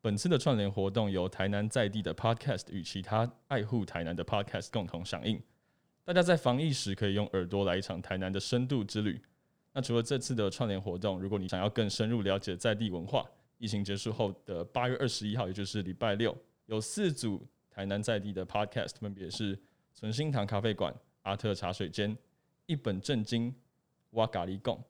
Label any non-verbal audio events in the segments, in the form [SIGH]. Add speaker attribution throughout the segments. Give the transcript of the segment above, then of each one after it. Speaker 1: 本次的串联活动由台南在地的 Podcast 与其他爱护台南的 Podcast 共同响应。大家在防疫时可以用耳朵来一场台南的深度之旅。那除了这次的串联活动，如果你想要更深入了解在地文化，疫情结束后的八月二十一号，也就是礼拜六，有四组台南在地的 Podcast，分别是存心堂咖啡馆、阿特茶水间、一本正经、哇咖喱贡，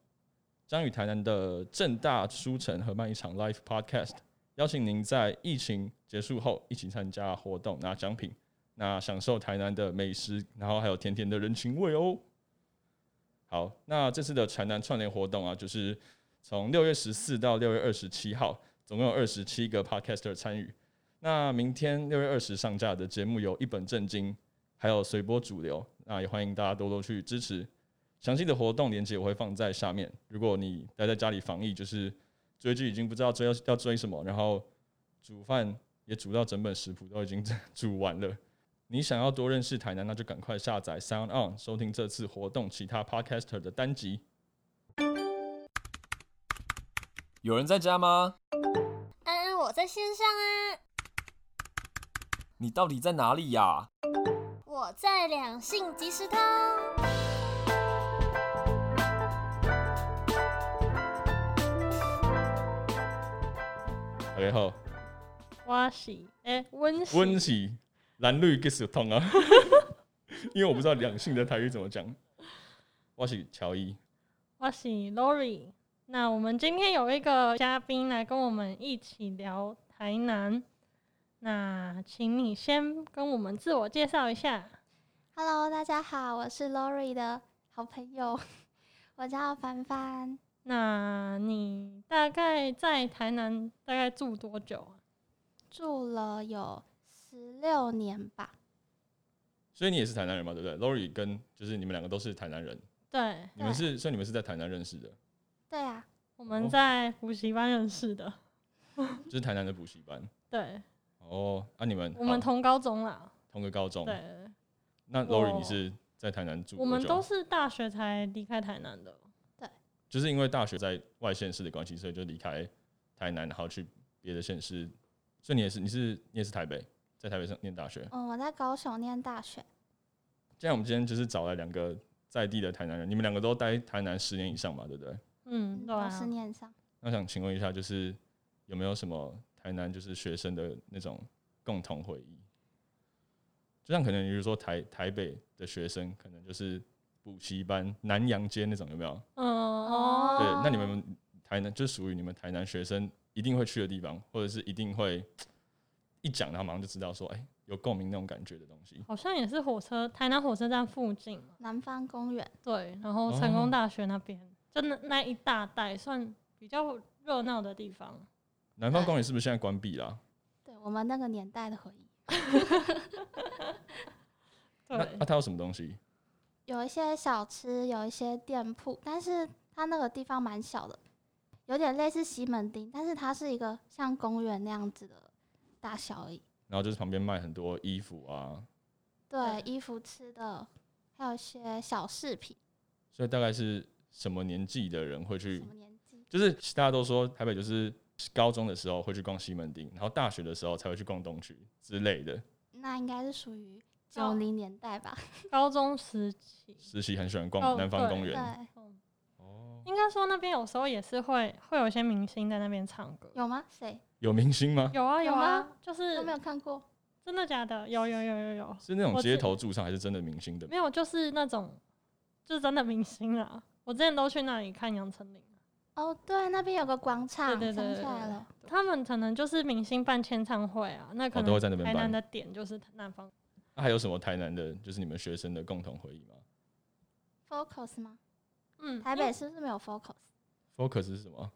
Speaker 1: 将与台南的正大书城合办一场 Live Podcast。邀请您在疫情结束后一起参加活动，拿奖品，那享受台南的美食，然后还有甜甜的人情味哦。好，那这次的台南串联活动啊，就是从六月十四到六月二十七号，总共有二十七个 podcaster 参与。那明天六月二十上架的节目有一本正经，还有随波主流，那也欢迎大家多多去支持。详细的活动链接我会放在下面。如果你待在家里防疫，就是追剧已经不知道追要要追什么，然后煮饭也煮到整本食谱都已经煮完了。你想要多认识台南，那就赶快下载 Sound On 收听这次活动其他 Podcaster 的单集。
Speaker 2: 有人在家吗？
Speaker 3: 安安，嗯我在线上啊，
Speaker 2: 你到底在哪里呀、
Speaker 3: 我在两性即时通。
Speaker 1: OK 好，
Speaker 4: 哇喜，哎、温喜，
Speaker 1: 温喜蓝绿 g e t 痛啊， [LAUGHS] 因为我不知道两性的台语怎么讲。我是乔伊，
Speaker 4: 哇喜 Lori。那我们今天有一个嘉宾来跟我们一起聊台南，那请你先跟我们自我介绍一下。
Speaker 5: Hello，大家好，我是 Lori 的好朋友，我叫凡凡。
Speaker 4: 那你大概在台南大概住多久啊？
Speaker 5: 住了有十六年吧，
Speaker 1: 所以你也是台南人嘛，对不对？Lori 跟就是你们两个都是台南人，
Speaker 4: 对，
Speaker 1: 你们是所以你们是在台南认识的，
Speaker 5: 对啊，
Speaker 1: 哦
Speaker 4: 我们在补习班认识的，
Speaker 1: 就是台南的补习班。
Speaker 4: 对，
Speaker 1: 哦，啊你们
Speaker 4: 我
Speaker 1: 好
Speaker 4: 们同高中啦，
Speaker 1: 同个高中，
Speaker 4: 对，
Speaker 1: 那 Lori
Speaker 4: 我
Speaker 1: 你是在台南住多久？啊
Speaker 4: 我们都是大学才离开台南的，
Speaker 1: 就是因为大学在外县市的关系，所以就离开台南，然后去别的县市。所以你也是，你是你也是台北，在台北上念大学。
Speaker 4: 哦
Speaker 5: 嗯，我在高雄念大学，
Speaker 1: 这样我们今天就是找来两个在地的台南人，你们两个都待台南十年以上嘛，对不对？
Speaker 4: 嗯，
Speaker 5: 嗯
Speaker 4: 对
Speaker 5: 都
Speaker 4: 啊，
Speaker 5: 是念上。
Speaker 1: 那想请问一下，就是有没有什么台南就是学生的那种共同回忆？就像可能，比如说台台北的学生，可能就是补习班、南洋街那种，有没有？
Speaker 4: 嗯哦，
Speaker 1: 对，那你们台南就属于你们台南学生一定会去的地方，或者是一定会一讲，然后马上就知道说，哎、有共鸣那种感觉的东西。
Speaker 4: 好像也是火车，台南火车站附近嘛，
Speaker 5: 南方公园，
Speaker 4: 对，然后成
Speaker 1: 哦
Speaker 4: 功大学那边，就那那一大带算比较热闹的地方。
Speaker 1: 南方公园是不是现在关闭啦、
Speaker 5: 对我们那个年代的回忆，
Speaker 1: 那啊
Speaker 4: 对
Speaker 1: 那、，它有什么东西？
Speaker 5: 有一些小吃，有一些店铺，但是它那个地方蛮小的，有点类似西门町，但是它是一个像公园那样子的大小而已。
Speaker 1: 然后就是旁边卖很多衣服啊，
Speaker 5: 对，
Speaker 4: 对
Speaker 5: 衣服、吃的，还有一些小饰品，
Speaker 1: 所以大概是什么年纪的人会去
Speaker 5: 什？么年纪？
Speaker 1: 就是大家都说台北就是高中的时候会去逛西门町，然后大学的时候才会去逛东区之类的。
Speaker 5: 那应该是属于
Speaker 4: 哦
Speaker 5: 九零年代吧？
Speaker 4: 高中时期，
Speaker 1: 实习很喜欢
Speaker 4: 哦
Speaker 1: 逛南方
Speaker 4: 对
Speaker 1: 公园，
Speaker 5: 对，
Speaker 4: 嗯
Speaker 1: 哦，
Speaker 4: 应该说那边有时候也是会会有一些明星在那边唱歌。
Speaker 5: 有吗？谁
Speaker 1: 有明星吗？
Speaker 4: 有啊有啊
Speaker 5: 吗，
Speaker 4: 就是
Speaker 5: 都没有看过？
Speaker 4: 真的假的？有有有有有，
Speaker 1: 是那种
Speaker 4: 我
Speaker 1: 街
Speaker 4: 知
Speaker 1: 头驻唱，还是真的明星的？
Speaker 4: 没有就是那种就是真的明星啊！我之前都去那里看杨丞琳，
Speaker 5: 哦，对，那边有个广场，
Speaker 4: 对对对
Speaker 5: 想起来了。
Speaker 4: 他们可能就是明星办签唱会啊，那可
Speaker 1: 哦都会在那
Speaker 4: 能
Speaker 1: 边
Speaker 4: 台
Speaker 1: 办
Speaker 4: 南的点就是南方。
Speaker 1: 那还有什么台南的，就是你们学生的共同回忆吗
Speaker 5: Focus 吗？
Speaker 4: 嗯，
Speaker 5: 台
Speaker 4: 因
Speaker 5: 北
Speaker 4: 为
Speaker 5: 是不是没有 Focus？
Speaker 1: ？Focus 是什么？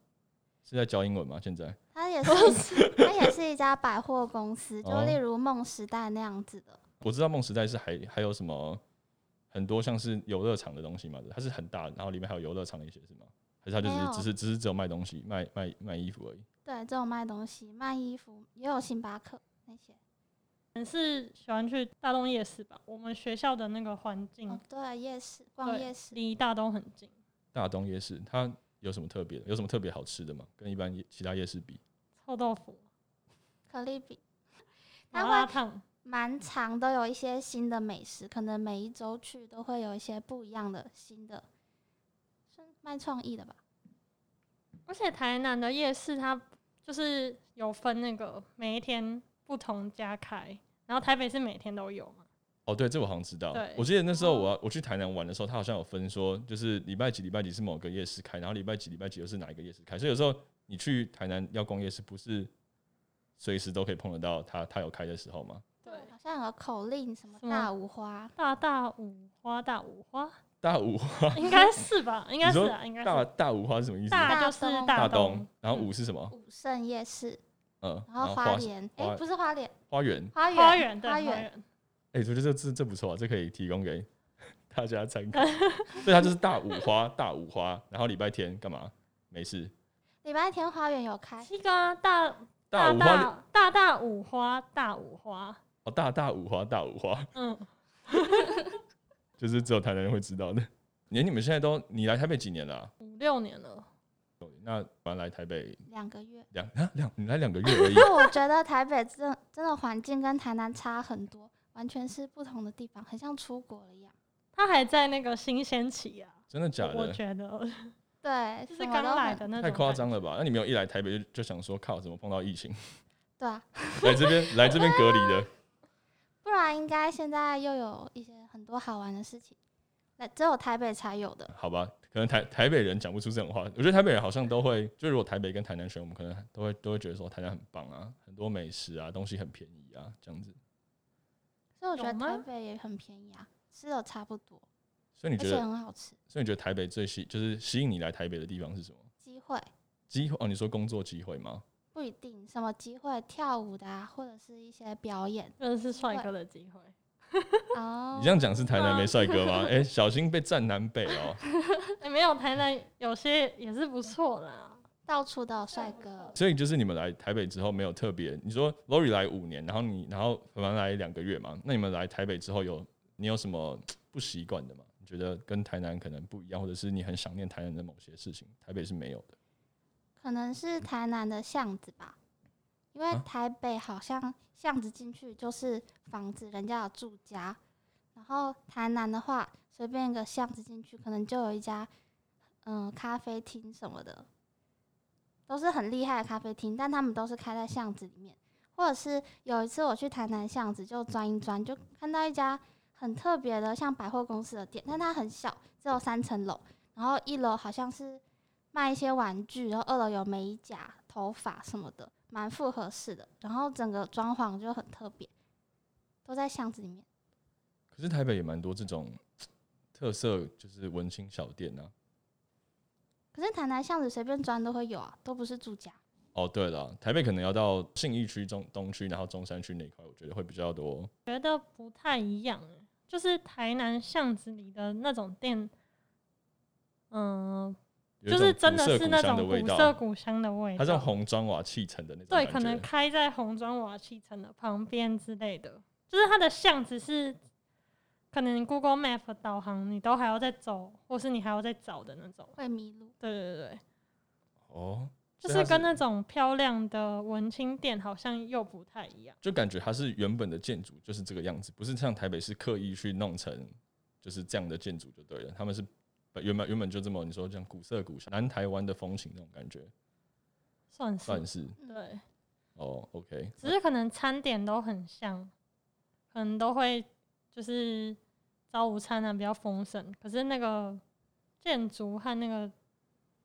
Speaker 1: 是在教英文吗？现在
Speaker 5: 它也是，它也是一家百货公司，就
Speaker 1: 哦
Speaker 5: 例如梦时代那样子的。
Speaker 1: 我知道梦时代是还还有什么很多像是游乐场的东西嘛，它是很大的，然后里面还有游乐场的一些是吗？还是它就
Speaker 5: 没有
Speaker 1: 是只是只是只有卖东西，卖卖卖衣服而已？
Speaker 5: 对，这种卖东西、卖衣服，也有星巴克那些。
Speaker 4: 你是喜欢去大东夜市吧？我们学校的那个环境
Speaker 5: 哦，对，夜市逛
Speaker 4: 嗯对
Speaker 5: 夜市，
Speaker 4: 离大东很近，
Speaker 1: 大东夜市它有什么特别的？有什么特别好吃的吗？跟一般夜其他夜市比？
Speaker 4: 臭豆腐。
Speaker 5: 可丽饼，
Speaker 4: 麻
Speaker 5: 它
Speaker 4: 辣
Speaker 5: 会
Speaker 4: 烫，
Speaker 5: 蛮长都有一些新的美食，可能每一周去都会有一些不一样的新的，是卖创意的吧？
Speaker 4: 而且台南的夜市它就是有分那个每一天不同家开，然后台北是每天都有嘛。
Speaker 1: 哦，对，这我好像知道
Speaker 4: 对。哦
Speaker 1: 我记得那时候我要我去台南玩的时候，他好像有分说，就是礼拜几礼拜几是某个夜市开，然后礼拜几礼拜几又是哪一个夜市开。所以有时候你去台南要逛夜市，不是随时都可以碰得到他他有开的时候吗？
Speaker 4: 对，
Speaker 5: 好像有口令什么
Speaker 4: 什么
Speaker 5: 大五花，
Speaker 4: 大大五花，大五
Speaker 1: [LAUGHS]
Speaker 4: 花
Speaker 1: 大五花，
Speaker 4: 应该是吧？应该
Speaker 1: 你
Speaker 4: 是
Speaker 1: 说
Speaker 4: 啊，应该
Speaker 1: 大
Speaker 4: 是。
Speaker 1: 大五花是什么意思？
Speaker 4: 大就
Speaker 5: 大
Speaker 4: 是
Speaker 5: 东
Speaker 1: 大
Speaker 4: 东
Speaker 1: 东，，然后
Speaker 4: 嗯
Speaker 1: 五是什么？
Speaker 5: 武圣夜市，
Speaker 1: 嗯，
Speaker 5: 然后
Speaker 1: 花
Speaker 5: 花莲，哎、
Speaker 1: 花
Speaker 5: 不是花莲，
Speaker 1: 花园。
Speaker 5: 花园，
Speaker 4: 花园对花
Speaker 5: 花园，
Speaker 4: 园，
Speaker 1: 哎，我觉得这这这不错啊，这可以提供给 [LAUGHS] 大家参考。 [LAUGHS] 所以它就是大五花，大五花，然后礼拜天干嘛？没事，
Speaker 5: 礼拜天花园有开，
Speaker 4: 七个啊大
Speaker 1: 大
Speaker 4: 大
Speaker 1: 五花
Speaker 4: 大大大五花，大五花，
Speaker 1: 哦，大大五花，大五花。
Speaker 4: 嗯，
Speaker 1: 就是只有台南人会知道的。连你们现在都，你来台北几年了啊、
Speaker 4: 五六年了，
Speaker 1: 那反正来台北
Speaker 5: 两个月。。
Speaker 1: 两啊两，你来两个月而已
Speaker 5: 但我觉得台北真真的环境跟台南差很多，完全是不同的地方，很像出国了一样。
Speaker 4: 他还在那个新鲜期啊，
Speaker 1: 真的假
Speaker 4: 我
Speaker 1: 的？
Speaker 4: 觉得
Speaker 5: 对，
Speaker 4: 就是
Speaker 5: 什么
Speaker 4: 刚
Speaker 5: 都
Speaker 4: 来
Speaker 5: 很
Speaker 4: 的那种，
Speaker 1: 太夸张。了吧？那你没有一来台北就就想说靠，怎么碰到疫情， [LAUGHS]
Speaker 5: 对啊，
Speaker 1: 来这边来这边隔离的？
Speaker 5: 不然应该现在又有一些很多好玩的事情，那只有台北才有的。
Speaker 1: 好吧，可能台台北人讲不出这种话。我觉得台北人好像都会，就如果台北跟台南选，我们可能都会都会觉得说台南很棒啊，很多美食啊，东西很便宜啊，这样子。
Speaker 5: 所以我觉得
Speaker 4: 有吗
Speaker 5: 台北也很便宜啊，吃的差不多，
Speaker 1: 所以你
Speaker 5: 而
Speaker 1: 觉
Speaker 5: 且
Speaker 1: 得，
Speaker 5: 很好吃。
Speaker 1: 所以你觉得台北最吸就是吸引你来台北的地方是什么？
Speaker 5: 机会
Speaker 1: 机会哦，你说工作机会吗？
Speaker 5: 不一定什么机会，跳舞的啊，或者是一些表演
Speaker 4: 真的是帅哥的机会，
Speaker 5: 哦。
Speaker 1: 你这样讲是台南没
Speaker 4: 啊
Speaker 1: 帅哥吗？哎、小心被占南北哦。
Speaker 4: 哎，没有台南有些也是不错啦，
Speaker 5: 到处都有帅哥，
Speaker 1: 所以就是你们来台北之后没有特别，你说 Lori 来五年，然后你然后凡凡来两个月嘛，那你们来台北之后有你有什么不习惯的吗？你觉得跟台南可能不一样，或者是你很想念台南的某些事情，台北是没有的。
Speaker 5: 可能是台南的巷子吧，因为
Speaker 1: 啊
Speaker 5: 台北好像巷子进去就是房子，人家有住家，然后台南的话，随便一个巷子进去，可能就有一家嗯、咖啡厅什么的，都是很厉害的咖啡厅，但他们都是开在巷子里面，或者是有一次我去台南巷子就钻一钻，就看到一家很特别的像百货公司的店，但它很小，只有三层楼，然后一楼好像是卖一些玩具，然后二楼有美甲、头发什么的，蛮复合式的。然后整个装潢就很特别，都在巷子里面。
Speaker 1: 可是台北也蛮多这种特色，就是文青小店啊。
Speaker 5: 可是台南巷子随便钻都会有啊，都不是住家。
Speaker 1: 哦，对了，台北可能要到信义区、中东区，然后中山区那一块，我觉得会比较多。
Speaker 4: 觉得不太一样欸，就是台南巷子里的那种店，嗯，
Speaker 1: 有一
Speaker 4: 就
Speaker 1: 种
Speaker 4: 是真的
Speaker 1: 古色
Speaker 4: 是
Speaker 1: 古
Speaker 4: 那
Speaker 1: 香
Speaker 4: 种
Speaker 1: 味
Speaker 4: 古
Speaker 1: 道，
Speaker 4: 色古香的味道，
Speaker 1: 它是用红砖瓦砌成的那种
Speaker 4: 对，
Speaker 1: 感觉。
Speaker 4: 可能开在红砖瓦器城的旁边之类的，就是它的巷子是，可能 Google Map 导航你都还要再走，或是你还要再找的那种。
Speaker 5: 会迷路。
Speaker 4: 对对对，
Speaker 1: 哦，
Speaker 4: 就
Speaker 1: 所以
Speaker 4: 是
Speaker 1: 它
Speaker 4: 跟那种漂亮的文青店好像又不太一样。
Speaker 1: 就感觉它是原本的建筑就是这个样子，不是像台北市刻意去弄成就是这样的建筑就对了。他们是本原本原本就这么你说这样古色古香，南台湾的风情那种感觉，
Speaker 4: 算是
Speaker 1: 算是
Speaker 4: 对，
Speaker 5: 嗯
Speaker 1: 哦，OK。
Speaker 4: 只是可能餐点都很像，可能都会就是早午餐啊比较丰盛，可是那个建筑和那个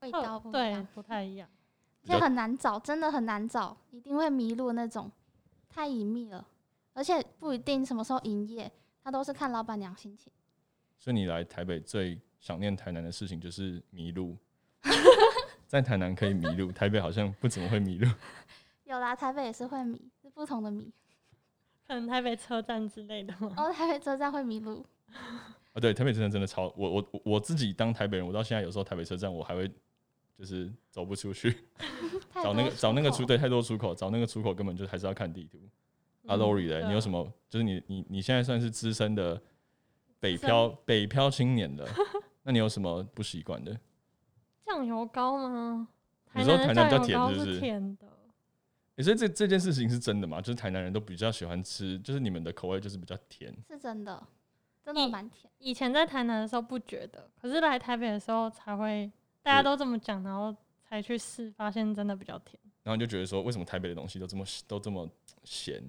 Speaker 5: 味
Speaker 4: 特
Speaker 5: 道不
Speaker 4: 哦
Speaker 5: 一
Speaker 4: 对
Speaker 5: 样，
Speaker 4: 不太一样。
Speaker 1: 比
Speaker 5: 就
Speaker 1: 较
Speaker 5: 很难找，真的很难找，一定会迷路那种，太隐秘了，而且不一定什么时候营业，他都是看老板娘心情。
Speaker 1: 所以你来台北最想念台南的事情就是迷
Speaker 5: [LAUGHS]
Speaker 1: 路，在台南可以迷路，台北好像不怎么会迷路。
Speaker 5: 有啦，台北也是会迷，是不同的迷。
Speaker 4: 可能台北车站之类的
Speaker 1: 嗯
Speaker 4: 嘛。
Speaker 5: 哦，台北车站会迷路，
Speaker 1: 啊，对，台北车站真的超我我我自己当台北人，我到现在有时候台北车站我还会就是走不出去。
Speaker 5: 太
Speaker 1: 找
Speaker 5: 多
Speaker 1: 那个找那个
Speaker 5: 出
Speaker 1: 出
Speaker 5: 口
Speaker 1: 对太多出口，找那个出口根本就还是要看地图。啊
Speaker 4: 嗯
Speaker 1: ，Lori 嘞，
Speaker 4: 对
Speaker 1: 你有
Speaker 4: 啊
Speaker 1: 什么？就是你你你现在算是资深的北
Speaker 4: 资深
Speaker 1: 漂北漂青年了， [LAUGHS] 那你有什么不习惯的？
Speaker 4: 啊酱油膏吗？
Speaker 1: 你
Speaker 4: 台
Speaker 1: 说
Speaker 4: 南
Speaker 1: 台
Speaker 4: 的
Speaker 1: 南比较
Speaker 4: 酱油膏
Speaker 1: 甜是不是
Speaker 4: 甜的，
Speaker 1: 欸所以这这件事情是真的吗？就是台南人都比较喜欢吃，就是你们的口味就是比较甜。
Speaker 5: 是真的，真的
Speaker 4: 嗯
Speaker 5: 蛮甜。
Speaker 4: 以前在台南的时候不觉得，可是来台北的时候才会，大家都这么讲，然后才去试，发现真的比较甜。
Speaker 1: 然后你就觉得说，为什么台北的东西都这么都这么咸？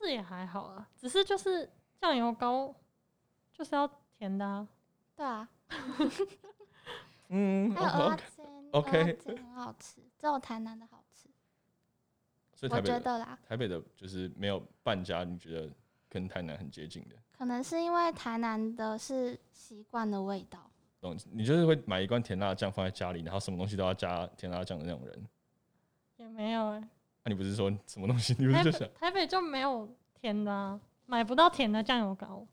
Speaker 4: 是也还好啊，只是就是酱油膏就是要甜的、啊，
Speaker 5: 对啊，
Speaker 1: [LAUGHS] 嗯
Speaker 5: 还有蚵仔
Speaker 1: OK，
Speaker 5: 煎
Speaker 1: OK
Speaker 5: 蚵仔煎很好吃，只有台南的好吃，
Speaker 1: 所以
Speaker 5: 我
Speaker 1: 台北
Speaker 5: 觉
Speaker 1: 的
Speaker 5: 得啦。
Speaker 1: 台北的就是没有半家，你觉得跟台南很接近的
Speaker 5: 可能是因为台南的是习惯的味道，
Speaker 1: 东西，你就是会买一罐甜辣酱放在家里，然后什么东西都要加甜辣酱的那种人。啊
Speaker 4: 也没有哎、
Speaker 1: 那、你不是说什么东西？你不
Speaker 4: 台
Speaker 1: 是就
Speaker 4: 北
Speaker 1: 想
Speaker 4: 台北就没有甜的、啊，买不到甜的酱油膏，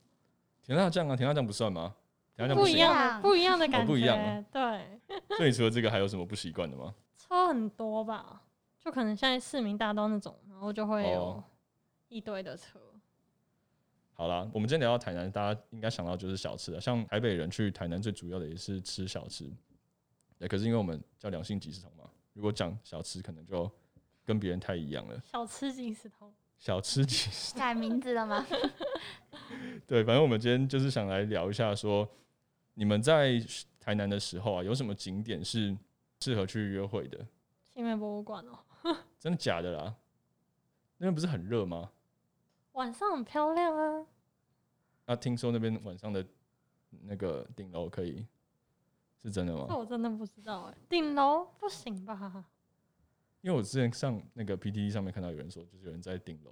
Speaker 1: 甜辣酱啊？甜辣酱不算吗？甜辣酱
Speaker 4: 不一
Speaker 1: 行。
Speaker 4: 样的不一样的感觉，
Speaker 1: 不一样啊
Speaker 4: 对，
Speaker 1: 所以除了这个还有什么不习惯的吗？
Speaker 4: 车很多吧，就可能现在市民大道那种，然后就会有
Speaker 1: 哦
Speaker 4: 一堆的车。
Speaker 1: 好啦，我们今天聊到台南，大家应该想到就是小吃了。像台北人去台南最主要的也是吃小吃，对。可是因为我们叫良性即时通嘛，如果讲小吃，可能就跟别人太一样了。
Speaker 4: 小吃即食通，
Speaker 1: 小吃即时
Speaker 5: 改名字了吗？
Speaker 1: [LAUGHS] 对，反正我们今天就是想来聊一下说你们在台南的时候啊，有什么景点是适合去约会的？
Speaker 4: 新美博物馆哦、
Speaker 1: 真的假的啦？那边不是很热吗？
Speaker 4: 晚上很漂亮啊，
Speaker 1: 那听说那边晚上的那个顶楼可以，是真的吗？
Speaker 4: 这我真的不知道哎、顶楼不行吧？
Speaker 1: 因为我之前上那个 PTT 上面看到有人说，就是有人在顶楼，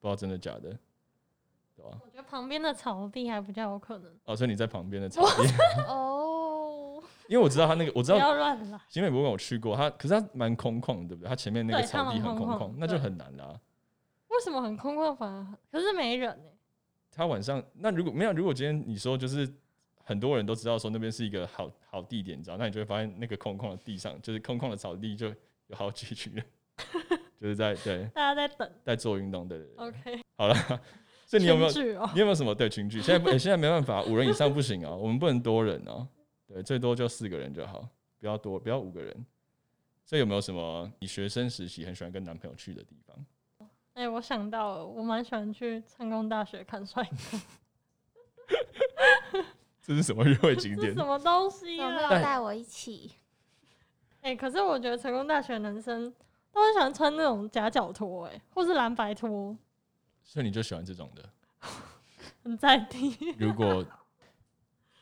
Speaker 1: 不知道真的假的，对吧、
Speaker 4: 我觉得旁边的草地还比较有可能。
Speaker 1: 哦，所以你在旁边的草地，
Speaker 5: 哦，
Speaker 1: [LAUGHS] 因为我知道他那个，我知
Speaker 4: 不
Speaker 1: 道
Speaker 4: 要乱来，
Speaker 1: 景美博物馆我去过，它可是它蛮空旷的，对不对？它前面那个
Speaker 4: 对它
Speaker 1: 草地
Speaker 4: 蛮
Speaker 1: 很
Speaker 4: 空
Speaker 1: 空
Speaker 4: 旷
Speaker 1: 旷，那就
Speaker 4: 对
Speaker 1: 很难啦、
Speaker 4: 为什么很空旷反而很可是没人欸呢、
Speaker 1: 他晚上那如果没有，如果今天你说就是很多人都知道说那边是一个好好地点，你知道，那你就会发现那个空旷的地上，就是空旷的草地就有好几群人， [LAUGHS] 就是在对
Speaker 4: 大家在等。
Speaker 1: 在做运动的。对对
Speaker 4: OK，
Speaker 1: 好了， [LAUGHS] 所以你有没有
Speaker 4: 哦群聚哦、
Speaker 1: 你有没有什么对群聚？现在不、欸现在没办法，五人以上不行啊， [LAUGHS] 我们不能多人啊，对，最多就四个人就好，不要多，不要五个人。所以有没有什么你学生时期很喜欢跟男朋友去的地方？
Speaker 4: 哎、我想到了，我蛮喜欢去成功大学看帅哥，
Speaker 1: 这是什么约会景
Speaker 4: [LAUGHS] 这是
Speaker 1: 点
Speaker 4: 什？么东西
Speaker 5: 有没
Speaker 4: 啊
Speaker 5: 有？
Speaker 1: 但
Speaker 5: 带我一起？
Speaker 4: 哎、可是我觉得成功大学的男生都很喜欢穿那种夹脚拖，哎，或是蓝白拖，
Speaker 1: 所以你就喜欢这种的？
Speaker 4: 很在地。
Speaker 1: 如果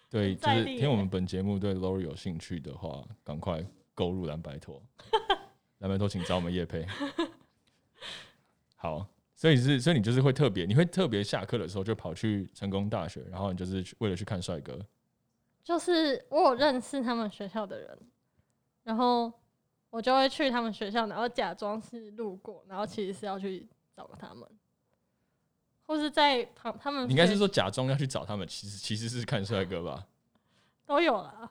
Speaker 1: 对，就
Speaker 4: 在
Speaker 1: 是
Speaker 4: 地
Speaker 1: 听我
Speaker 4: 耶
Speaker 1: 们本节目对 Lori 有兴趣的话，赶快购入蓝白托。 [LAUGHS] 蓝白托，请找我们叶佩。好，所以是，所以你就是会特别，你会特别下课的时候就跑去成功大学，然后你就是去为了去看帅哥。
Speaker 4: 就是我有认识他们学校的人，然后我就会去他们学校，然后假装是路过，然后其实是要去找他们，或是在旁他们
Speaker 1: 你应该
Speaker 4: 学
Speaker 1: 是说假装要去找他们，其实其实是看帅哥吧？
Speaker 4: 都有啦，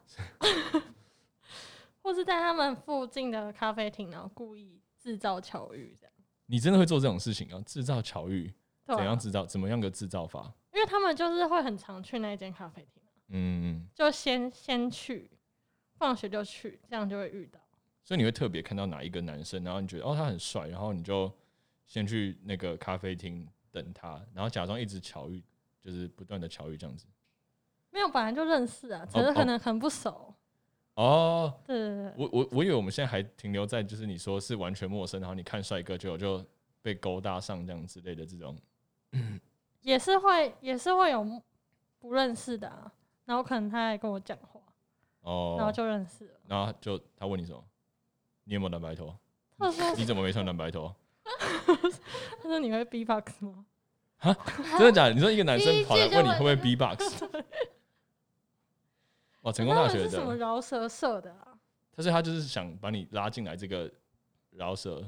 Speaker 4: [LAUGHS] 或是在他们附近的咖啡厅，然后故意制造巧遇这样。
Speaker 1: 你真的会做这种事情啊？制造巧遇，
Speaker 4: 对
Speaker 1: 怎
Speaker 4: 啊、
Speaker 1: 样制造？怎么样个制造法？
Speaker 4: 因为他们就是会很常去那间咖啡厅，
Speaker 1: 嗯，
Speaker 4: 就先先去，放学就去，这样就会遇到。
Speaker 1: 所以你会特别看到哪一个男生，然后你觉得哦他很帅，然后你就先去那个咖啡厅等他，然后假装一直巧遇，就是不断的巧遇这样子。
Speaker 4: 没有，本来就认识啊，只
Speaker 1: 哦
Speaker 4: 是
Speaker 1: 哦
Speaker 4: 可能很不熟。
Speaker 1: 哦，
Speaker 4: 对对对。
Speaker 1: 我我我以为我们现在还停留在就是你说是完全陌生，然后你看帅哥就就被勾搭上这样之类的这种。
Speaker 4: 也是会也是会有不认识的、啊，然后可能他还跟我讲话，然后
Speaker 1: 哦，
Speaker 4: 就认识了。
Speaker 1: 然后就他问你什么？你有没有蓝白
Speaker 5: [LAUGHS]
Speaker 1: 头？
Speaker 4: 他说
Speaker 1: 你怎么没穿蓝白头？
Speaker 4: 他说你会 B box 吗？
Speaker 1: 真的假的？你说一个男
Speaker 5: 第
Speaker 1: 生
Speaker 5: 一
Speaker 1: 跑来
Speaker 5: 句就
Speaker 1: 问你会
Speaker 5: 问
Speaker 1: 不会 B
Speaker 5: [LAUGHS]
Speaker 1: box？哇，成功
Speaker 4: 他
Speaker 1: 大
Speaker 4: 们
Speaker 1: 学
Speaker 4: 是什么
Speaker 1: 的，
Speaker 4: 饶舌社的啊？
Speaker 1: 他是他就是想把你拉进来这个饶舌，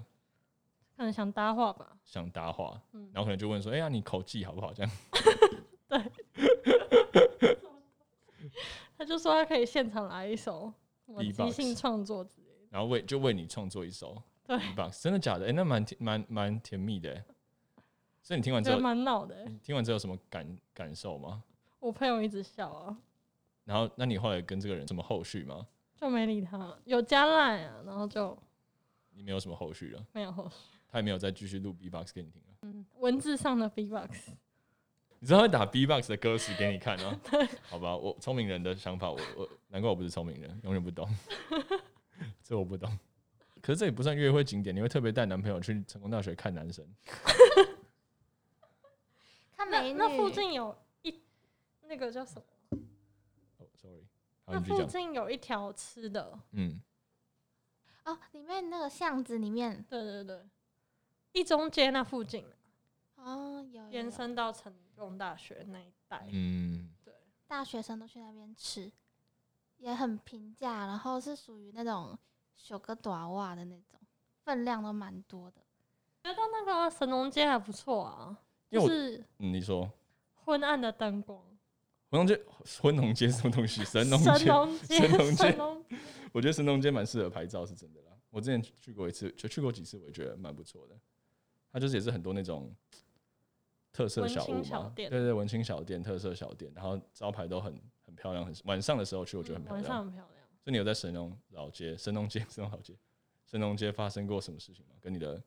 Speaker 4: 可能想搭话吧。
Speaker 1: 想搭话，
Speaker 4: 嗯
Speaker 1: 然后可能就问说：“哎、呀、你口技好不好？”
Speaker 4: [LAUGHS]
Speaker 1: 这样，
Speaker 4: 他就说他可以现场来一首什么
Speaker 1: B-box
Speaker 4: 即兴创作之类的。
Speaker 1: 然后为就为你创作一首
Speaker 4: 对
Speaker 1: B-box，真的假的？哎、那蛮甜蛮蛮甜蜜的欸。所以你听
Speaker 4: 我
Speaker 1: 完之
Speaker 4: 觉得
Speaker 1: 后，
Speaker 4: 蛮闹的欸、
Speaker 1: 你听完之后有什么感感受吗？
Speaker 4: 我朋友一直笑啊，
Speaker 1: 然后，那你后来跟这个人什么后续吗？
Speaker 4: 就没理他。有加赖啊，然后就
Speaker 1: 你没有什么后续了，
Speaker 4: 没有后续。
Speaker 1: 他也没有再继续录 B-box 给你听了。
Speaker 4: 嗯，文字上的 B-box，
Speaker 1: 你知道会打 B-box 的歌词给你看
Speaker 4: [LAUGHS]
Speaker 1: 啊？好吧，我聪明人的想法，我我难怪我不是聪明人，永远不懂，
Speaker 4: [LAUGHS]
Speaker 1: 这我不懂。可是这也不算约会景点，你会特别带男朋友去成功大学看男生，
Speaker 5: 看美
Speaker 4: 那
Speaker 5: 女
Speaker 4: 那附近有一那个叫什么？
Speaker 1: 哦、sorry，好，
Speaker 4: 那
Speaker 1: 你去
Speaker 4: 附
Speaker 1: 讲。
Speaker 4: 近有一条吃的，
Speaker 1: 嗯，
Speaker 5: 哦，里面那个巷子里面
Speaker 4: 对对对，一中街那附近，
Speaker 5: 哦，有有
Speaker 4: 延
Speaker 5: 有
Speaker 4: 伸到成功大学那一带。
Speaker 1: 嗯，
Speaker 5: 大学生都去那边吃，也很平价，然后是属于那种小个短袜的那种，分量都蛮多的。
Speaker 4: 觉得那个啊神农街还不错啊，
Speaker 1: 因为我
Speaker 4: 就是
Speaker 1: 嗯你说
Speaker 4: 昏暗的灯光。
Speaker 1: 婚农街，婚农街什么东西？神农
Speaker 4: 神
Speaker 1: 街，
Speaker 4: 农街，
Speaker 1: 神农街
Speaker 4: 神农
Speaker 1: 我觉得神农街蛮适合拍照，是真的啦。我之前去去过一次，就去过几次，我也觉得蛮不错的。它就是也是很多那种特色小屋
Speaker 4: 文
Speaker 1: 嘛，
Speaker 4: 青小
Speaker 1: 对
Speaker 4: 店
Speaker 1: 对，文青小店、特色小店，然后招牌都很很漂亮，很晚上的时候去我觉得很漂
Speaker 4: 嗯晚上
Speaker 1: 亮。
Speaker 4: 很漂亮。
Speaker 1: 所以你有在神农老街、神农街、 [LAUGHS] 神农老街、神农街发生过什么事情吗？跟你的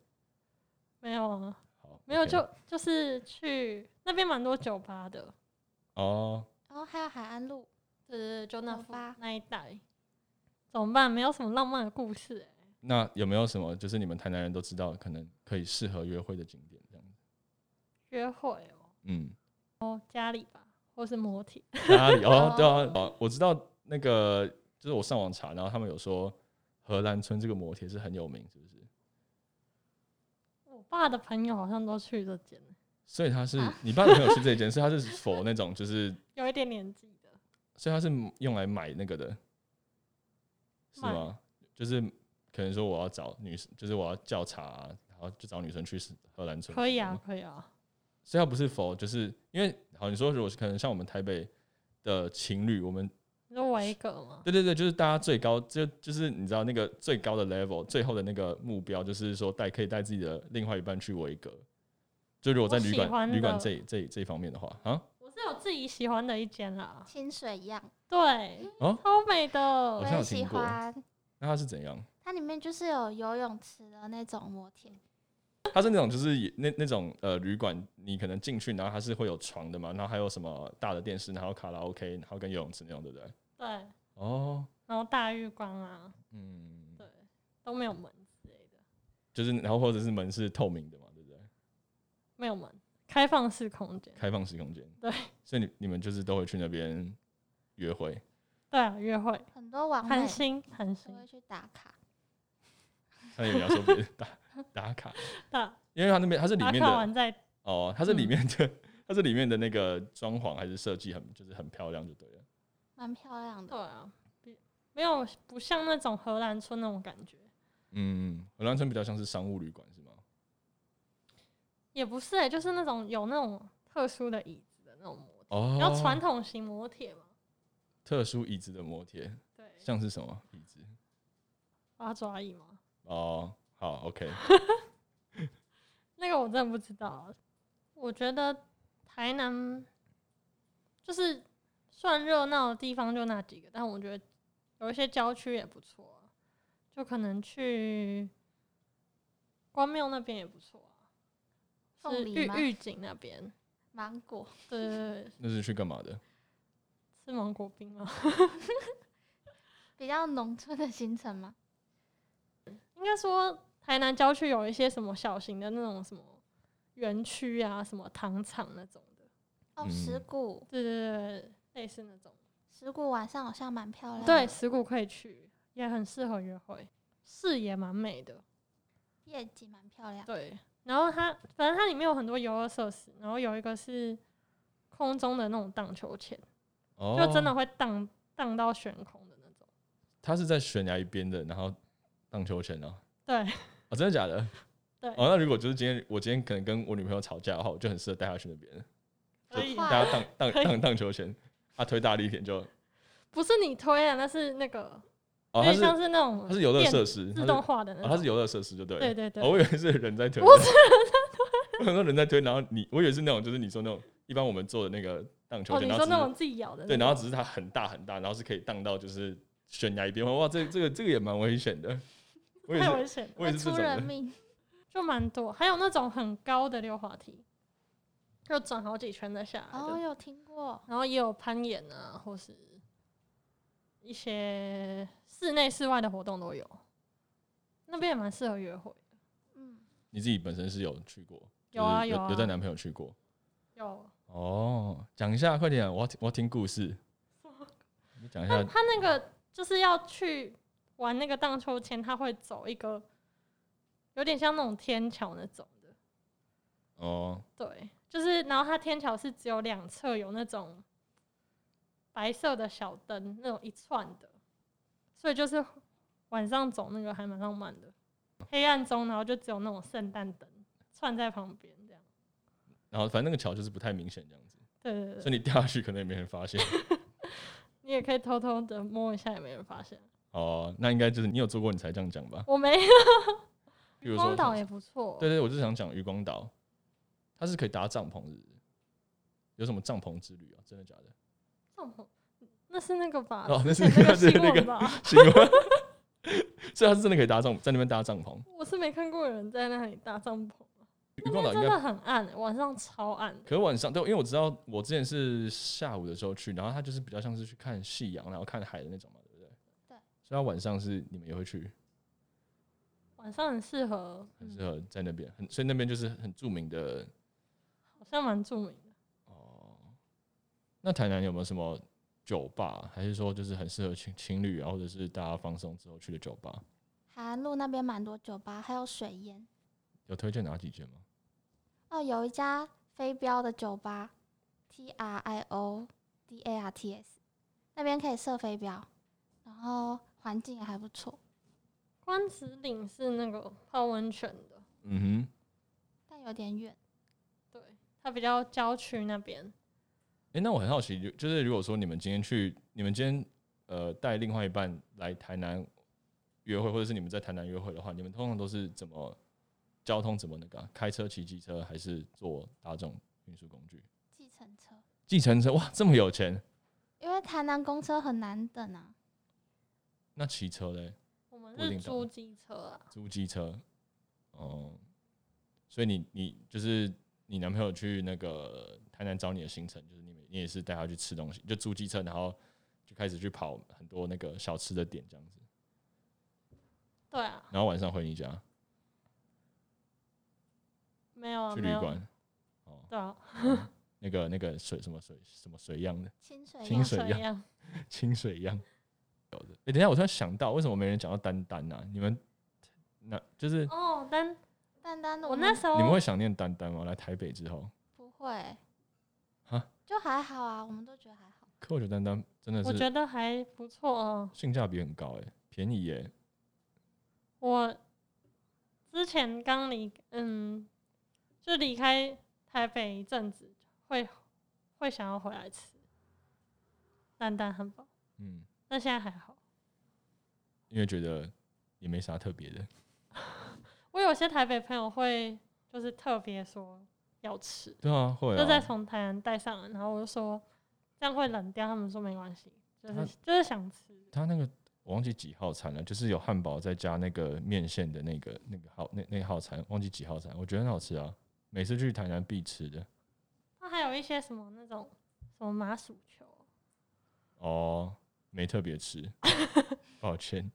Speaker 4: 没有啊，
Speaker 1: 好
Speaker 4: 没有
Speaker 1: OK
Speaker 4: 就就是去那边蛮多酒吧的，
Speaker 1: 哦，
Speaker 5: 然后还有海岸路，
Speaker 4: 对对对，就那
Speaker 5: 酒
Speaker 4: 附
Speaker 5: 吧
Speaker 4: 那一带。怎么办？没有什么浪漫的故事、欸，
Speaker 1: 那有没有什么就是你们台南人都知道，可能可以适合约会的景点这样子？
Speaker 4: 约会哦、
Speaker 1: 嗯，
Speaker 4: 哦，家里吧，或是摩铁，
Speaker 1: 哪里？哦
Speaker 5: 哦，
Speaker 1: 对啊，哦，我知道那个，就是我上网查，然后他们有说荷兰村这个摩铁是很有名，是不是？
Speaker 4: 我爸的朋友好像都去这间，
Speaker 1: 所以他是、
Speaker 4: 啊
Speaker 1: 你爸的朋友去这间，所以他是否那种就是，
Speaker 4: 有一点年纪的，
Speaker 1: 所以他是用来买那个的，是
Speaker 4: 买
Speaker 1: 吗？就是可能说我要找女生，就是我要叫茶、然后就找女生去荷兰村，
Speaker 4: 可以啊，。可以啊，
Speaker 1: 所以他不是否就是因为好，你说如果是可能像我们台北的情侣，我们
Speaker 4: 你说维格吗？
Speaker 1: 对对对，就是大家最高，就就是你知道那个最高的 level，最后的那个目标就是说带可以带自己的另外一半去维格。就如果在旅
Speaker 4: 我喜欢
Speaker 1: 馆
Speaker 4: 的
Speaker 1: 旅馆这这这方面的话啊，
Speaker 4: 我是有自己喜欢的一间啦，
Speaker 5: 清水一样，
Speaker 4: 对，
Speaker 1: 哦
Speaker 4: 超美
Speaker 1: 好
Speaker 5: 我
Speaker 4: 的，
Speaker 1: 像有
Speaker 5: 也
Speaker 1: 听
Speaker 5: 喜
Speaker 1: 过
Speaker 5: 欢。
Speaker 1: 那它是怎样？
Speaker 5: 它里面就是有游泳池的那种摩天，
Speaker 1: 它是那种就是也那那种呃旅馆，你可能进去，然后它是会有床的嘛，然后还有什么大的电视，然后卡拉 OK，然后跟游泳池那种，对不对？
Speaker 4: 对，
Speaker 1: 哦，
Speaker 4: 然后大浴缸啊，
Speaker 1: 嗯，
Speaker 4: 对，都没有门之类的，
Speaker 1: 就是然后或者是门是透明的嘛，对不对？
Speaker 4: 没有门，开放式空间，
Speaker 1: 开放式空间，
Speaker 4: 对，
Speaker 1: 所以你你们就是都会去那边约会。
Speaker 4: 对啊，约会，
Speaker 5: 很多网美
Speaker 4: 寒心寒
Speaker 5: 都会
Speaker 4: 心，
Speaker 5: 去打卡。
Speaker 1: 那你要说别的
Speaker 4: [LAUGHS]
Speaker 1: 打打卡，
Speaker 4: 那
Speaker 1: 因为它那边它是里
Speaker 4: 啊打
Speaker 1: 面
Speaker 4: 卡
Speaker 1: 的
Speaker 4: 完再
Speaker 1: 哦，它是
Speaker 4: 嗯
Speaker 1: 里面的、 [LAUGHS] 它是里面的那个装潢还是设计很就是很漂亮就对了。
Speaker 5: 蛮漂亮
Speaker 4: 对
Speaker 1: 哦
Speaker 5: 的，
Speaker 4: 啊，比没有不像那种荷兰村那种感觉，
Speaker 1: 嗯，荷兰村比较像是商务旅馆是吗？
Speaker 4: 也不是、欸，就是那种有那种特殊的椅子的那种摩铁，
Speaker 1: 哦
Speaker 4: 比较传统型摩铁嘛，
Speaker 1: 特殊椅子的摩铁，
Speaker 4: 对，
Speaker 1: 像是什么椅子？
Speaker 4: 八爪椅嘛，
Speaker 1: 哦，好，OK， [LAUGHS]
Speaker 4: 那个我真的不知道。我觉得台南就是算热闹的地方就那几个，但我觉得有一些郊区也不错、啊，就可能去关庙那边也不错啊，
Speaker 5: 凤
Speaker 4: 是
Speaker 5: 梨
Speaker 4: 玉
Speaker 5: 吗
Speaker 4: 玉井那边，
Speaker 5: 芒果
Speaker 4: 对对对， [LAUGHS] 对
Speaker 1: 那是去干嘛的？
Speaker 4: 吃芒果冰吗？
Speaker 5: 比较农村的行程嘛。
Speaker 4: 应该说台南郊区有一些什么小型的那种什么园区啊，什么糖厂那种的，
Speaker 5: 哦，
Speaker 1: 嗯
Speaker 5: 石鼓，
Speaker 4: 对对对对，类似那种。
Speaker 5: 石鼓晚上好像蛮漂亮的，
Speaker 4: 对，石鼓可以去，也很适合约会，视野蛮美的。
Speaker 5: 夜景蛮漂亮。
Speaker 4: 对，然后它反正它里面有很多游乐设施，然后有一个是空中的那种荡秋千，
Speaker 1: 哦，
Speaker 4: 就真的，会荡荡到悬空的那种。
Speaker 1: 它是在悬崖一边的，然后荡秋千啊。
Speaker 4: 对， [LAUGHS]
Speaker 1: 哦，真的假的？
Speaker 4: 对
Speaker 1: 哦，那如果就是今天我今天可能跟我女朋友吵架的话，我就很适合带她去那边，
Speaker 4: 可以
Speaker 5: 哇
Speaker 1: 大家荡荡
Speaker 4: 可以
Speaker 1: 荡荡秋千，啊，推大力一点就
Speaker 4: 不是你推啊，那是那个，
Speaker 1: 哦，它
Speaker 4: 有点
Speaker 1: 是
Speaker 4: 像是那种
Speaker 1: 它是游乐
Speaker 4: 电
Speaker 1: 设施，它
Speaker 4: 自
Speaker 1: 是
Speaker 4: 动化的那
Speaker 1: 哦，
Speaker 4: 种。
Speaker 1: 它是游乐设施就对了。
Speaker 4: 嗯对对对
Speaker 1: 哦，我以为是人在推，
Speaker 4: 不
Speaker 1: 是， [LAUGHS] 我想说人在推，然后你，我以为是那种就是你说那种一般我们做的那个荡秋
Speaker 4: 哦，
Speaker 1: 千，
Speaker 4: 你
Speaker 1: 然后
Speaker 4: 说
Speaker 1: 只
Speaker 4: 那
Speaker 1: 是
Speaker 4: 种自嗯己咬的那种？
Speaker 1: 对，然后只是它
Speaker 4: [LAUGHS]
Speaker 1: 很大很大，然后是可以荡到就是悬崖一边，哇，这这个这个也蛮危险的。我也
Speaker 4: 太
Speaker 1: 是，
Speaker 4: 危险了，
Speaker 1: 我也
Speaker 5: 会
Speaker 1: 是这
Speaker 5: 出
Speaker 1: 种
Speaker 5: 人
Speaker 1: 人。 [LAUGHS]
Speaker 5: 命。
Speaker 4: 就蛮多。还有那种很高的溜滑梯，就转好几圈再下来的，
Speaker 5: 哦，有听过，
Speaker 4: 然后也有攀岩啊，或是一些室内室外的活动都有。那边也蛮适合约会，
Speaker 5: 嗯，
Speaker 1: 你自己本身是有去过，
Speaker 4: 有啊
Speaker 1: 就是有
Speaker 4: 有啊
Speaker 1: 带男朋友去过。
Speaker 4: 有
Speaker 1: 哦，讲一下，快点，我要听我要听故事。你讲一下
Speaker 4: 他，他那个就是要去玩那个荡秋千，他会走一个有点像那种天桥那种的，
Speaker 1: 哦，
Speaker 4: 对，就是然后它天桥是只有两侧有那种白色的小灯，那种一串的，所以就是晚上走那个还蛮浪漫的，黑暗中然后就只有那种圣诞灯串在旁边这样，
Speaker 1: 然后反正那个桥就是不太明显这样子，
Speaker 4: 对对对
Speaker 1: 所以你掉下去可能也没人发现。
Speaker 4: 你也可以偷偷的摸一下，也没人发现。
Speaker 1: 哦，那应该就是你有做过，你才这样讲吧？
Speaker 4: 我没，
Speaker 1: 比如
Speaker 4: 荒
Speaker 1: 说，
Speaker 4: 岛也不错，
Speaker 1: 对对，我就想讲渔光岛，它是可以搭帐篷的，有什么帐篷之旅啊？真的假的？ [LAUGHS]
Speaker 4: 帐篷那是那个吧？
Speaker 1: 哦那是
Speaker 4: 之前
Speaker 1: 那个
Speaker 4: 新
Speaker 1: 对那
Speaker 4: 闻
Speaker 1: 个
Speaker 4: 吧？
Speaker 1: 行吗？ [LAUGHS] 所以它是真的可以搭帐，在那边搭帐篷。
Speaker 4: 我是没看过有人在那里搭帐篷，
Speaker 1: 渔光岛应
Speaker 4: 真
Speaker 1: 该
Speaker 4: 的很暗、欸晚上超暗的。
Speaker 1: 可是晚上，对，因为我知道我之前是下午的时候去，然后它就是比较像是去看夕阳，然后看海的那种嘛，对不对？
Speaker 5: 对。
Speaker 1: 所以它晚上是你们也会去，
Speaker 4: 晚上很适合，嗯
Speaker 1: 很适合在那边，很所以那边就是很著名的
Speaker 4: 好像蛮著名的。
Speaker 1: 哦。那台南有没有什么酒吧，还是说就是很适合情情侣啊，或者是大家放松之后去的酒吧？
Speaker 5: 海岸路那边蛮多酒吧，还有水烟。
Speaker 1: 有推荐哪几间吗？
Speaker 5: 哦，有一家飞镖的酒吧，T R I O D A R T S，那边可以射飞镖，然后环境也还不错，
Speaker 4: 关子岭是那个泡温泉的，
Speaker 1: 嗯哼，
Speaker 5: 但有点远。
Speaker 4: 对，它比较郊区那边。
Speaker 1: 诶，那我很好奇，就就是如果说你们今天去，你们今天呃带另外一半来台南约会，或者是你们在台南约会的话，你们通常都是怎么交通怎么那个啊、开车、骑机车，还是坐大众运输工具？
Speaker 5: 计程车，
Speaker 1: 计程车哇，这么有钱，
Speaker 5: 因为台南公车很难等啊。
Speaker 1: 那骑车嘞？
Speaker 4: 我们
Speaker 1: 不一
Speaker 4: 是
Speaker 1: 定懂
Speaker 4: 租机车啊，
Speaker 1: 租机车，哦、所以你你就是你男朋友去那个台南找你的行程，就是你们你也是带他去吃东西，就租机车，然后就开始去跑很多那个小吃的点这样子，
Speaker 4: 对啊，
Speaker 1: 然后晚上回你家
Speaker 4: 没有啊，
Speaker 1: 去
Speaker 4: 没
Speaker 1: 旅
Speaker 4: 有，
Speaker 1: 馆，哦，
Speaker 4: 对啊，
Speaker 1: 那个那个水什么水什么水样的
Speaker 5: 清水啊
Speaker 1: 清
Speaker 5: 鸭
Speaker 1: 水 [LAUGHS]
Speaker 4: 水
Speaker 1: 样
Speaker 4: 样。
Speaker 1: 清水样，有的。哎、等一下，我突然想到，为什么没人讲到丹丹呢、啊？你们那就是、
Speaker 4: 哦，但
Speaker 5: 丹丹的
Speaker 4: 我
Speaker 5: 们
Speaker 4: 那时候
Speaker 1: 你们会想念丹丹吗？来台北之后，
Speaker 5: 不会
Speaker 1: 啊，
Speaker 5: 就还好啊，我们都觉得还好。
Speaker 1: 可我觉得丹丹真的
Speaker 4: 我
Speaker 1: 是
Speaker 4: 觉得还不错哦、
Speaker 1: 性价比很高、哎，便宜耶、
Speaker 4: 我之前刚离，嗯，就离开台北一阵子，会会想要回来吃蛋蛋汉堡，
Speaker 1: 嗯，
Speaker 4: 但现在还好。
Speaker 1: 因为觉得也没啥特别的。
Speaker 4: 我有些台北朋友会就是特别说要吃，
Speaker 1: 对啊，会
Speaker 4: 就再
Speaker 1: 啊，
Speaker 4: 从台南带上来，然后我就说这样会冷掉，他们说没关系，就
Speaker 1: 他
Speaker 4: 是就是想吃。
Speaker 1: 他那个我忘记几号餐了，就是有汉堡再加那个面线的那个那个号那那号餐，忘记几号餐，我觉得很好吃啊，每次去台南必吃的。
Speaker 4: 它还有一些什么那种什么麻薯球，啊
Speaker 1: 哦，没特别
Speaker 4: [LAUGHS]
Speaker 1: 吃，抱歉，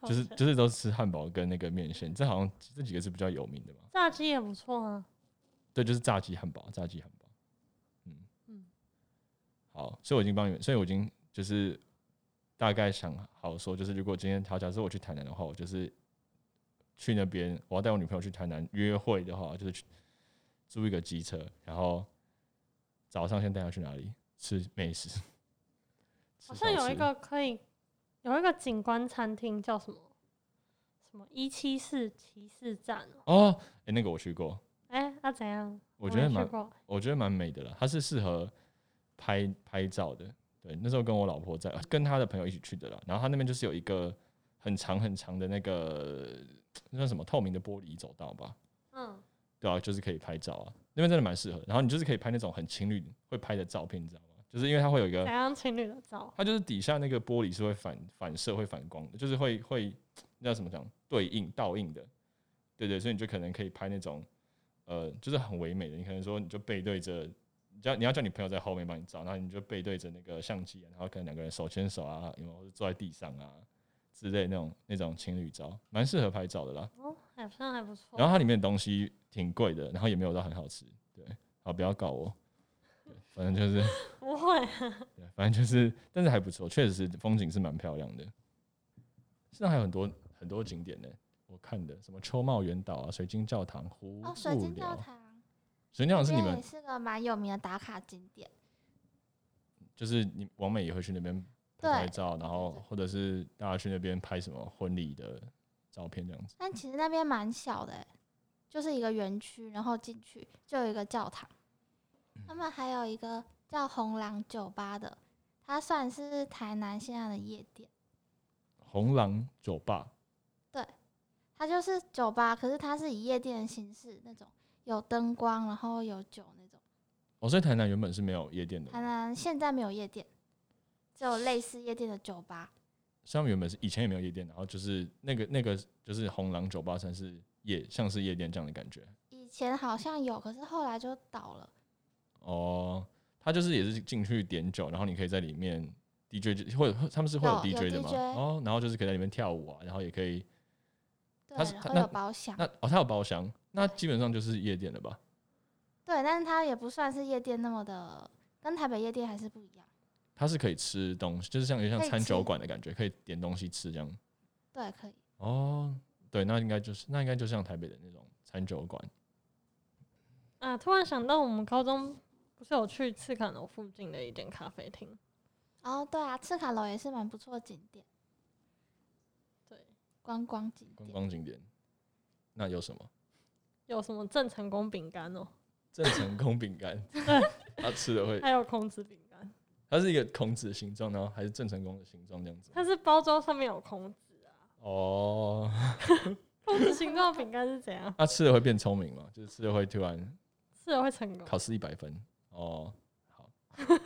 Speaker 4: 抱
Speaker 1: 就是
Speaker 4: 歉
Speaker 1: 就是都吃汉堡跟那个面线，这好像这几个是比较有名的嘛。
Speaker 4: 炸鸡也不错啊。
Speaker 1: 对，就是炸鸡汉堡，炸鸡汉堡。嗯嗯
Speaker 4: 嗯，
Speaker 1: 好，所以我已经帮你们，所以我已经就是大概想好说，就是如果今天好，假设我去台南的话，我就是去那边，我要带我女朋友去台南约会的话，就是去租一个机车，然后早上先带她去哪里吃美食。 [LAUGHS] 吃
Speaker 4: 好像
Speaker 1: 小
Speaker 4: 有一
Speaker 1: 吃
Speaker 4: 个可以有一个景观餐厅叫什么什么一七四骑士站哦，
Speaker 1: 哦，哎、那个我去过，
Speaker 4: 哎、那、怎样？
Speaker 1: 我觉得
Speaker 4: 没去
Speaker 1: 蛮
Speaker 4: 过，
Speaker 1: 我觉得蛮美的啦，它是适合拍拍照的。对，那时候跟我老婆在，呃跟她的朋友一起去的啦。然后她那边就是有一个很长很长的那个那叫什么透明的玻璃走道吧，
Speaker 4: 嗯，
Speaker 1: 对啊，就是可以拍照啊。那边真的蛮适合。然后你就是可以拍那种很情侣会拍的照片，你知道吗？就是因为它会有一个
Speaker 4: 怎样情侣的照？
Speaker 1: 它就是底下那个玻璃是会反反射、会反光的，就是会会那叫什么讲对应倒映的，对对，所以你就可能可以拍那种呃，就是很唯美的。你可能说你就背对着，你叫你要叫你朋友在后面帮你照，然后你就背对着那个相机，啊然后可能两个人手牵手啊，有没有或者坐在地上啊之类那种那种情侣照，蛮适合拍照的啦。
Speaker 4: 哦，好像还不错。
Speaker 1: 然后它里面的东西挺贵的，然后也没有到很好吃。对，好，不要告我。对反正就是，
Speaker 4: 不会，
Speaker 1: 对反正就是，但是还不错，确实是风景是蛮漂亮的。现在还有很多很多景点呢、我看的什么秋茂园岛啊、水晶教堂、湖
Speaker 5: 哦，水晶
Speaker 1: 雾
Speaker 5: 教
Speaker 1: 寮
Speaker 5: 堂，
Speaker 1: 水晶教堂是
Speaker 5: 这
Speaker 1: 你
Speaker 5: 也
Speaker 1: 们，
Speaker 5: 是个蛮有名的打卡景点。
Speaker 1: 就是你王美也会去那边拍
Speaker 5: 对
Speaker 1: 拍照，然后
Speaker 5: 对
Speaker 1: 或者是大家去那边拍什么婚礼的照片这样子。
Speaker 5: 但其实那边蛮小的欸、就是一个园区，然后进去就有一个教堂。
Speaker 1: 嗯
Speaker 5: 他们还有一个叫红狼酒吧的，它算是台南现在的夜店。
Speaker 1: 红狼酒吧，
Speaker 5: 它就是酒吧，可是它是以夜店的形式，那种有灯光，然后有酒那种。
Speaker 1: 哦，所以台南原本是没有夜店的
Speaker 5: 台，南现在没有夜店，只有类似夜店的酒吧。
Speaker 1: 像原本是以前也没有夜店，然后就是那个那个就是红狼酒吧算是夜像是夜店这样的感觉
Speaker 5: 以前好像有，可是后来就倒了。
Speaker 1: 哦。它就是也是进去点酒，然后你可以在里面 DJ 或者他们是会有
Speaker 5: 有有
Speaker 1: DJ 的吗？
Speaker 5: DJ
Speaker 1: 哦，然后就是可以在里面跳舞啊，然后也可以
Speaker 5: 对，
Speaker 1: 它是
Speaker 5: 然
Speaker 1: 它
Speaker 5: 后
Speaker 1: 那
Speaker 5: 有包厢。
Speaker 1: 那哦，它有包厢，那基本上就是夜店了吧？
Speaker 5: 对，但是它也不算是夜店那么的，跟台北夜店还是不一样。
Speaker 1: 它是可以吃东西，就是像有点像
Speaker 5: 可以
Speaker 1: 餐酒
Speaker 5: 吃
Speaker 1: 馆的感觉，可以点东西吃这样。
Speaker 5: 对，可以。
Speaker 1: 哦，对，那应该就是那应该就像台北的那种餐酒馆。
Speaker 4: 啊，突然想到我们高中不是有去赤坎楼附近的一间咖啡厅，
Speaker 5: 哦，对啊，赤卡楼也是蛮不错的景点，
Speaker 4: 对，
Speaker 5: 观光景
Speaker 1: 观
Speaker 5: 点。
Speaker 1: 光景点。那有什么？
Speaker 4: 有什么郑成功饼干哦，
Speaker 1: 郑成功饼干，他吃的会，
Speaker 4: 还有孔子饼干，
Speaker 1: 它是一个孔子的形状，然后还是郑成功的形状这样子。
Speaker 4: 它是包装上面有孔子，
Speaker 1: 哦，
Speaker 4: 孔子形状的饼干是怎样？
Speaker 1: 他吃了会变聪明吗？就是吃了会突然
Speaker 4: 吃了会成功。
Speaker 1: 考试一百分？哦，好，
Speaker 5: 还有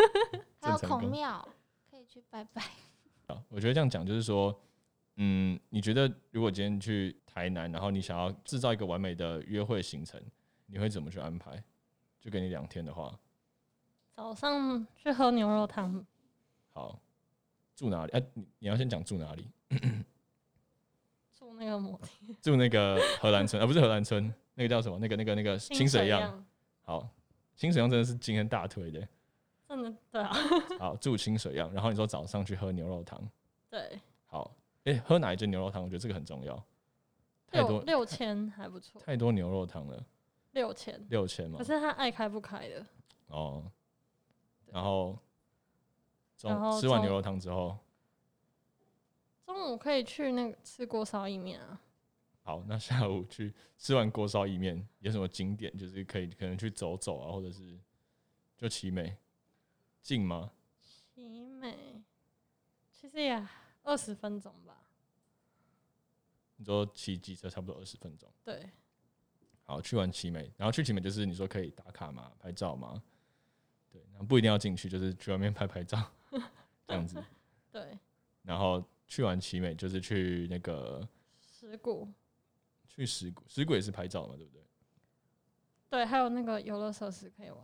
Speaker 1: 郑成
Speaker 5: 孔
Speaker 1: 功
Speaker 5: 庙可以去拜拜。
Speaker 1: 好，我觉得这样讲就是说，嗯，你觉得如果今天去台南，然后你想要制造一个完美的约会行程，你会怎么去安排？就给你两天的话，
Speaker 4: 早上去喝牛肉汤，
Speaker 1: 好，住哪里？啊，你你要先讲住哪里？
Speaker 4: 住那个摩天
Speaker 1: 住那个荷兰村，而、 [LAUGHS] 啊不是荷兰村，那个叫什么？那个那个那个清水漾。
Speaker 4: 样，
Speaker 1: 好，清水漾真的是今天大推的。
Speaker 4: 真的对啊，
Speaker 1: 好，住清水漾，然后你说早上去喝牛肉汤。
Speaker 4: 对，
Speaker 1: 好，诶、喝哪一间牛肉汤？我觉得这个很重要。太
Speaker 4: 六
Speaker 1: 多
Speaker 4: 六千还不错，
Speaker 1: 太多牛肉汤了，
Speaker 4: 六千，
Speaker 1: 六千嘛
Speaker 4: 可。是他爱开不开的，
Speaker 1: 哦，然后
Speaker 4: 然后
Speaker 1: 中吃完
Speaker 4: 中
Speaker 1: 牛肉汤之后，
Speaker 4: 中午可以去那个吃锅烧意面啊，
Speaker 1: 好，那下午去吃完锅烧意面，有什么景点就是可以可能去走走啊，或者是就奇美近吗？
Speaker 4: 奇美，其实也二十分钟吧，
Speaker 1: 你说骑机车差不多二十分钟。
Speaker 4: 对，
Speaker 1: 好，去完奇美，然后去奇美就是你说可以打卡嘛，拍照嘛，对，然后不一定要进去，就是去外面拍拍照 [LAUGHS] 这样子。
Speaker 4: 对，
Speaker 1: 然后去完奇美就是去那个
Speaker 4: 石鼓，
Speaker 1: 去石鼓，石鼓也是拍照嘛，对不对？
Speaker 4: 对，还有那个游乐设施可以玩，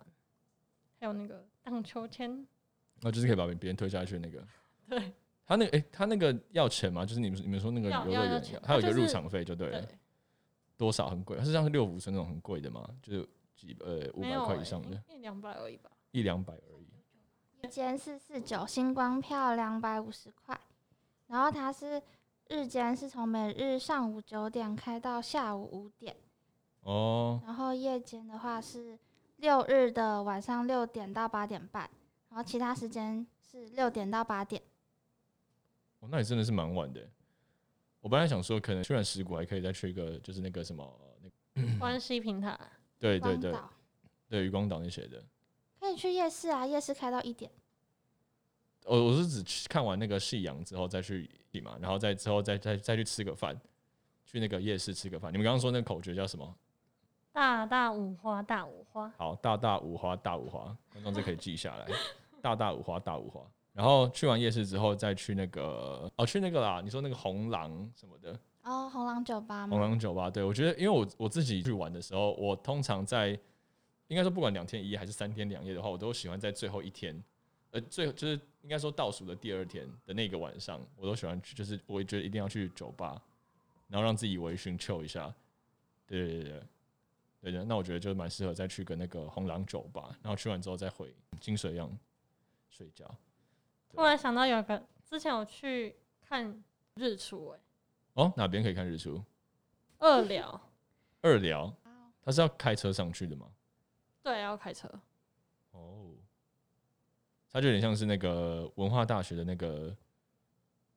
Speaker 4: 还有那个荡秋千，
Speaker 1: 然哦后就是可以把别人推下去那个。
Speaker 4: 对
Speaker 1: 他那个诶，他那个要钱吗？就是你们你们说那个
Speaker 4: 要
Speaker 1: 游乐
Speaker 4: 要要
Speaker 1: 园
Speaker 4: 钱
Speaker 1: 它有一
Speaker 4: 它
Speaker 1: 个
Speaker 4: 就是
Speaker 1: 入场费就对了，
Speaker 4: 对，
Speaker 1: 多少很贵？它是像六福村那种很贵的嘛，就是几呃五
Speaker 4: 没
Speaker 1: 百
Speaker 4: 有
Speaker 1: 块
Speaker 4: 欸
Speaker 1: 以上的，
Speaker 4: 一一两百而已吧，
Speaker 1: 一两百而已。
Speaker 5: 一间是四九星光票两百五十块，然后它是日间是从每日上午九点开到下午五点，
Speaker 1: 哦，
Speaker 5: 然后夜间的话是六日的晚上六点到八点半，然后其他时间是六点到八点。
Speaker 1: 哦，那也真的是蛮晚的欸。我本来想说，可能去完石鼓还可以再去一个，就是那个什么，呃那个
Speaker 4: 关西平台，
Speaker 1: 对对
Speaker 5: 荒
Speaker 1: 对
Speaker 5: 岛
Speaker 1: 对，渔光岛那些的。
Speaker 5: 可以去夜市啊，夜市开到一点。
Speaker 1: 我我是指去看完那个夕阳之后再去嘛，然后再之后再再再去吃个饭，去那个夜市吃个饭。你们刚刚说那个口诀叫什么？
Speaker 4: 大大五花大五花，
Speaker 1: 好，大大五花大五花，观众这可以记下来，大大五花大五花。然后去完夜市之后，再去那个哦，去那个啦，你说那个红狼什么的，
Speaker 5: 哦，红狼酒吧
Speaker 1: 红
Speaker 5: 吗？
Speaker 1: 狼酒吧，对我觉得，因为我我自己去玩的时候，我通常在应该说不管两天一夜还是三天两夜的话，我都喜欢在最后一天，呃，最就是应该说倒数的第二天的那个晚上，我都喜欢去，就是我觉得一定要去酒吧，然后让自己微醺 chill 一下。对对对对对的，那我觉得就蛮适合再去个那个红狼酒吧，然后去完之后再回金水样睡觉。
Speaker 4: 突然想到有一个，之前我去看日出、欸，
Speaker 1: 哦，哪边可以看日出？
Speaker 4: 二
Speaker 1: [LAUGHS]
Speaker 4: 寮，
Speaker 1: 二寮，他是要开车上去的吗？
Speaker 4: 对，要开车，
Speaker 1: 哦，它就有点像是那个文化大学的那个，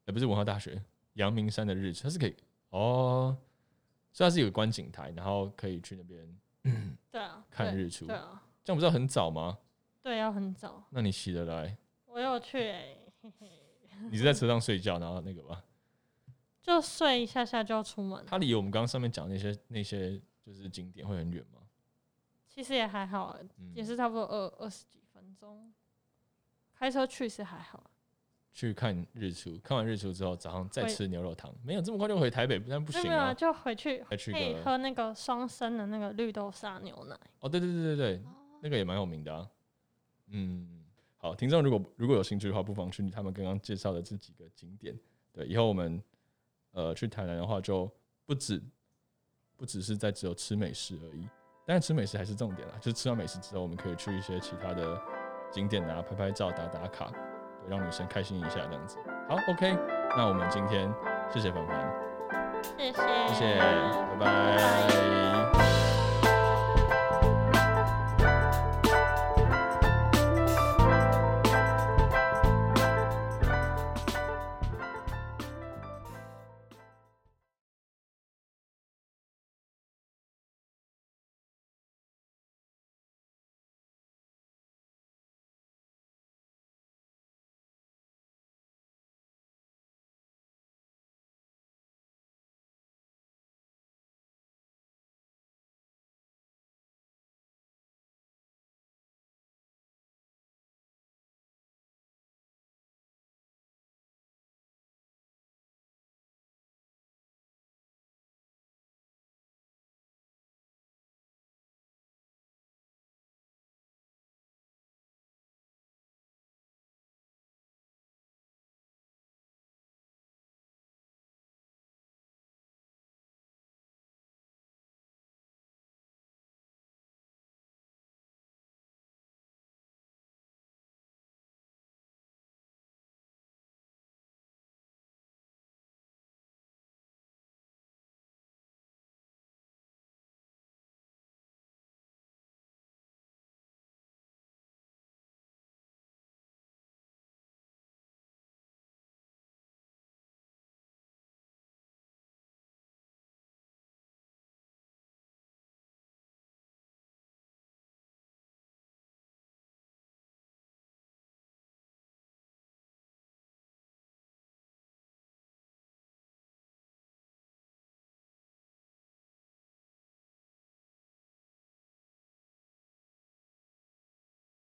Speaker 1: 呃，不是文化大学，阳明山的日出，它是可以哦，所以它是有个观景台，然后可以去那边
Speaker 4: 对啊，
Speaker 1: 看
Speaker 4: 对
Speaker 1: 日出，
Speaker 4: 对啊，
Speaker 1: 这样不是很早吗？
Speaker 4: 对，要很早，
Speaker 1: 那你起得来？
Speaker 4: 我有去、欸，
Speaker 1: 你是在车上睡觉，然后那个吧？
Speaker 4: 就睡一下下就要出门了，
Speaker 1: 它离我们刚刚上面讲的那些那些就是景点会很远吗？
Speaker 4: 其实也还好、
Speaker 1: 嗯，
Speaker 4: 也是差不多二二十几分钟，开车去是还好，
Speaker 1: 去看日出，看完日出之后早上再
Speaker 4: 会
Speaker 1: 吃牛肉汤，没有这么快就回台北，但不
Speaker 4: 没有
Speaker 1: 行
Speaker 4: 没有啊，
Speaker 1: 啊！
Speaker 4: 就回去
Speaker 1: 再去
Speaker 4: 可以
Speaker 1: 个
Speaker 4: 喝那个双生的那个绿豆沙牛奶。
Speaker 1: 哦，对对对对对，那个也蛮有名的、啊。嗯，好，听众如果如果有兴趣的话，不妨去他们刚刚介绍的这几个景点。对，以后我们呃去台南的话，就不止不只是在只有吃美食而已，当然吃美食还是重点啦。就是吃完美食之后，我们可以去一些其他的景点啊，拍拍照、打打卡，对，让女生开心一下这样子。好，OK，那我们今天谢谢凡凡，
Speaker 4: 谢谢，
Speaker 1: 谢谢，拜
Speaker 4: 拜
Speaker 1: 拜